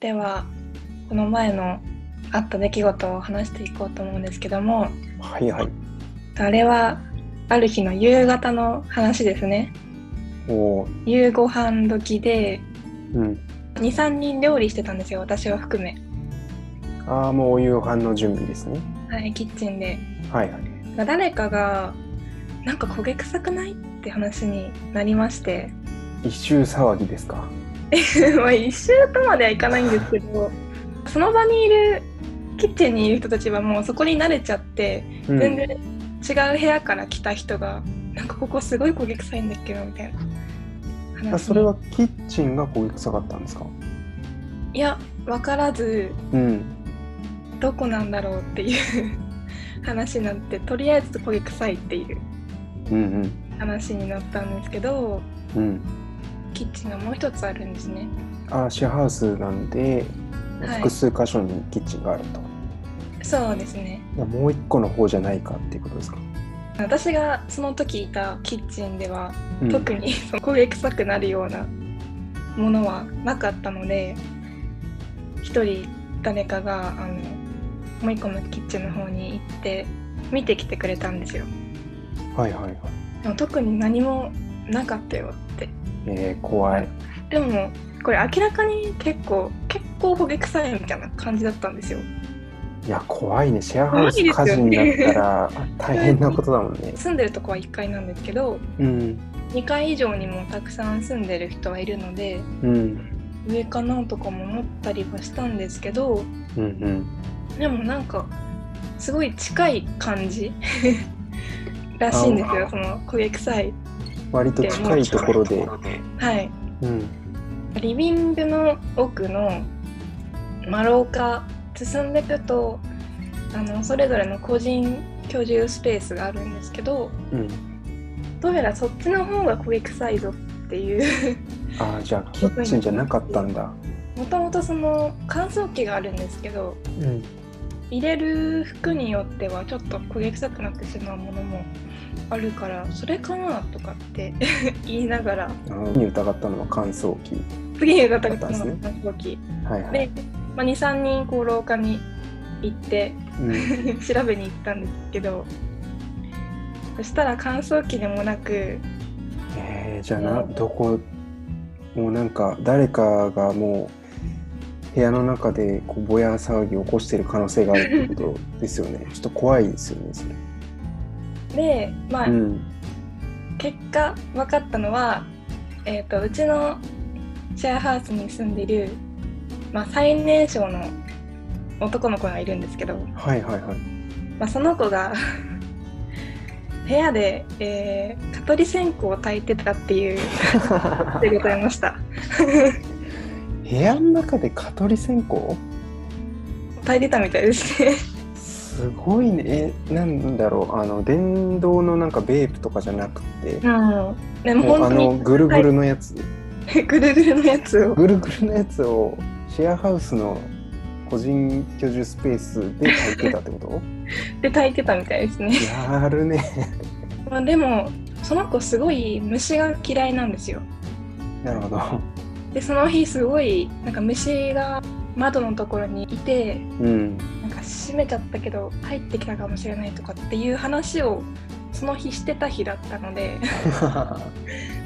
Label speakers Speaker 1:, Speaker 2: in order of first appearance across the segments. Speaker 1: ではこの前のあった出来事を話していこうと思うんですけども
Speaker 2: はいはい。
Speaker 1: あれはある日の夕方の話ですね
Speaker 2: おー
Speaker 1: 夕ご飯時で
Speaker 2: うん。
Speaker 1: 23人料理してたんですよ私を含め
Speaker 2: ああ、もうお夕飯の準備ですね。
Speaker 1: はいキッチンで
Speaker 2: はいはい。
Speaker 1: 誰かがなんか焦げ臭くないって話になりまして
Speaker 2: 一周騒ぎですか。
Speaker 1: まあ一周とまではいかないんですけどその場にいるキッチンにいる人たちはもうそこに慣れちゃって
Speaker 2: うん
Speaker 1: 全然違う部屋から来た人が「なんかここすごい焦げ臭いんだけど」みたいな話に
Speaker 2: あそれはキッチンが焦げ臭かったんですか
Speaker 1: いや分からず
Speaker 2: うん。
Speaker 1: どこなんだろうっていう 話になってとりあえず焦げ臭いっていう
Speaker 2: うん
Speaker 1: 話になったんですけど
Speaker 2: うん。うん。
Speaker 1: キッチンがもう一つあるんですね。
Speaker 2: ああ、シェアハウスなんで、
Speaker 1: はい
Speaker 2: 複数箇所にキッチンがあると。
Speaker 1: そうですね
Speaker 2: いやもう一個の方じゃないかっていうことですか。
Speaker 1: 私がその時いたキッチンでは
Speaker 2: うん
Speaker 1: 特に その焦げ臭くなるようなものはなかったので一人誰かがあのもう一個のキッチンの方に行って見てきてくれたんですよ
Speaker 2: はいはいはい。
Speaker 1: でも特に何もなかったよって
Speaker 2: えー、怖い。
Speaker 1: でもこれ明らかに結構結構焦げ臭いみたいな感じだったんですよ
Speaker 2: いや、怖いね。シェアハウス火
Speaker 1: 怖いです
Speaker 2: 事
Speaker 1: よ
Speaker 2: にな
Speaker 1: ね
Speaker 2: ったら大変なことだもんね。
Speaker 1: 住んでるとこは1階なんですけど
Speaker 2: うん。
Speaker 1: 2階以上にもたくさん住んでる人はいるので
Speaker 2: うん。
Speaker 1: 上かなとかも思ったりはしたんですけど
Speaker 2: うんうん。
Speaker 1: でもなんかすごい近い感じらしいんですよ
Speaker 2: あ
Speaker 1: その焦げ臭い
Speaker 2: 割と近いところで。
Speaker 1: はい
Speaker 2: うん。
Speaker 1: リビングの奥の丸岡進んでいくとあのそれぞれの個人居住スペースがあるんですけど
Speaker 2: うん。
Speaker 1: どうやらそっちの方が焦げ臭いぞっていう
Speaker 2: ああじゃあキッチンじゃなかったんだ。
Speaker 1: もともとその乾燥機があるんですけど
Speaker 2: うん。
Speaker 1: 入れる服によってはちょっと焦げ臭くなってしまうものもあるからそれかなとかって 言いながら
Speaker 2: あのに疑ったのは乾燥機。
Speaker 1: 次に歌った
Speaker 2: だ
Speaker 1: こ
Speaker 2: ったんです
Speaker 1: の
Speaker 2: ね
Speaker 1: 乾燥機
Speaker 2: はいはい。
Speaker 1: で、まあ、23人こう廊下に行って
Speaker 2: うん、
Speaker 1: 調べに行ったんですけどそしたら乾燥機でもなく
Speaker 2: えー、じゃあなどこもうなんか誰かがもう部屋の中でこうぼや騒ぎを起こしてる可能性があるってことですよね。 ちょっと怖いですよねそれ。
Speaker 1: で、まあ
Speaker 2: うん。
Speaker 1: 結果分かったのは、えー、とうちのシェアハウスに住んでいる、まあ、最年少の男の子がいるんですけど、
Speaker 2: はいはいはい。
Speaker 1: まあ、その子が 部屋で、えー、蚊取り線香を焚いてたっていうで ございました
Speaker 2: 部屋の中で蚊取り線香
Speaker 1: 焚いてたみたいです ね
Speaker 2: すごいね。えなんだろうあの電動のなんかベープとかじゃなくて。
Speaker 1: うんでも
Speaker 2: もうあ
Speaker 1: 本
Speaker 2: のぐるぐるのやつ、
Speaker 1: 当にぐるぐるのやつを
Speaker 2: ぐるぐるのやつをシェアハウスの個人居住スペースで炊いてたってこ
Speaker 1: で焚いてたみたいですね
Speaker 2: とやるね
Speaker 1: まあでもその子すごい虫が嫌いなんですよ
Speaker 2: なるほど
Speaker 1: でその日すごいなんか虫が窓のところにいて
Speaker 2: うん
Speaker 1: なんか閉めちゃったけど入ってきたかもしれないとかっていう話をその日してた日だったので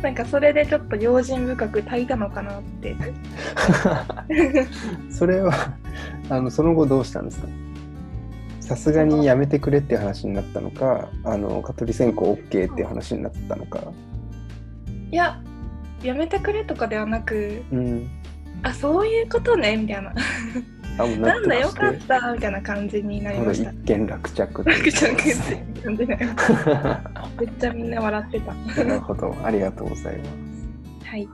Speaker 1: なんかそれでちょっと用心深く炊いたのかなって
Speaker 2: それはあのその後どうしたんですかさすがにやめてくれって話になったのかあの蚊取り線香 OK っていう話になったのか
Speaker 1: いややめてくれとかではなく
Speaker 2: うん
Speaker 1: あそういうことねみたいな
Speaker 2: あもう
Speaker 1: なんだ
Speaker 2: 納
Speaker 1: よ
Speaker 2: 得
Speaker 1: かっ
Speaker 2: して
Speaker 1: たみたいな感じになり
Speaker 2: もう
Speaker 1: まし
Speaker 2: 一
Speaker 1: た
Speaker 2: 件落着っていう
Speaker 1: 楽ちゃんく って感じでめっちゃみんな笑ってた
Speaker 2: なるほどありがとうございます
Speaker 1: はい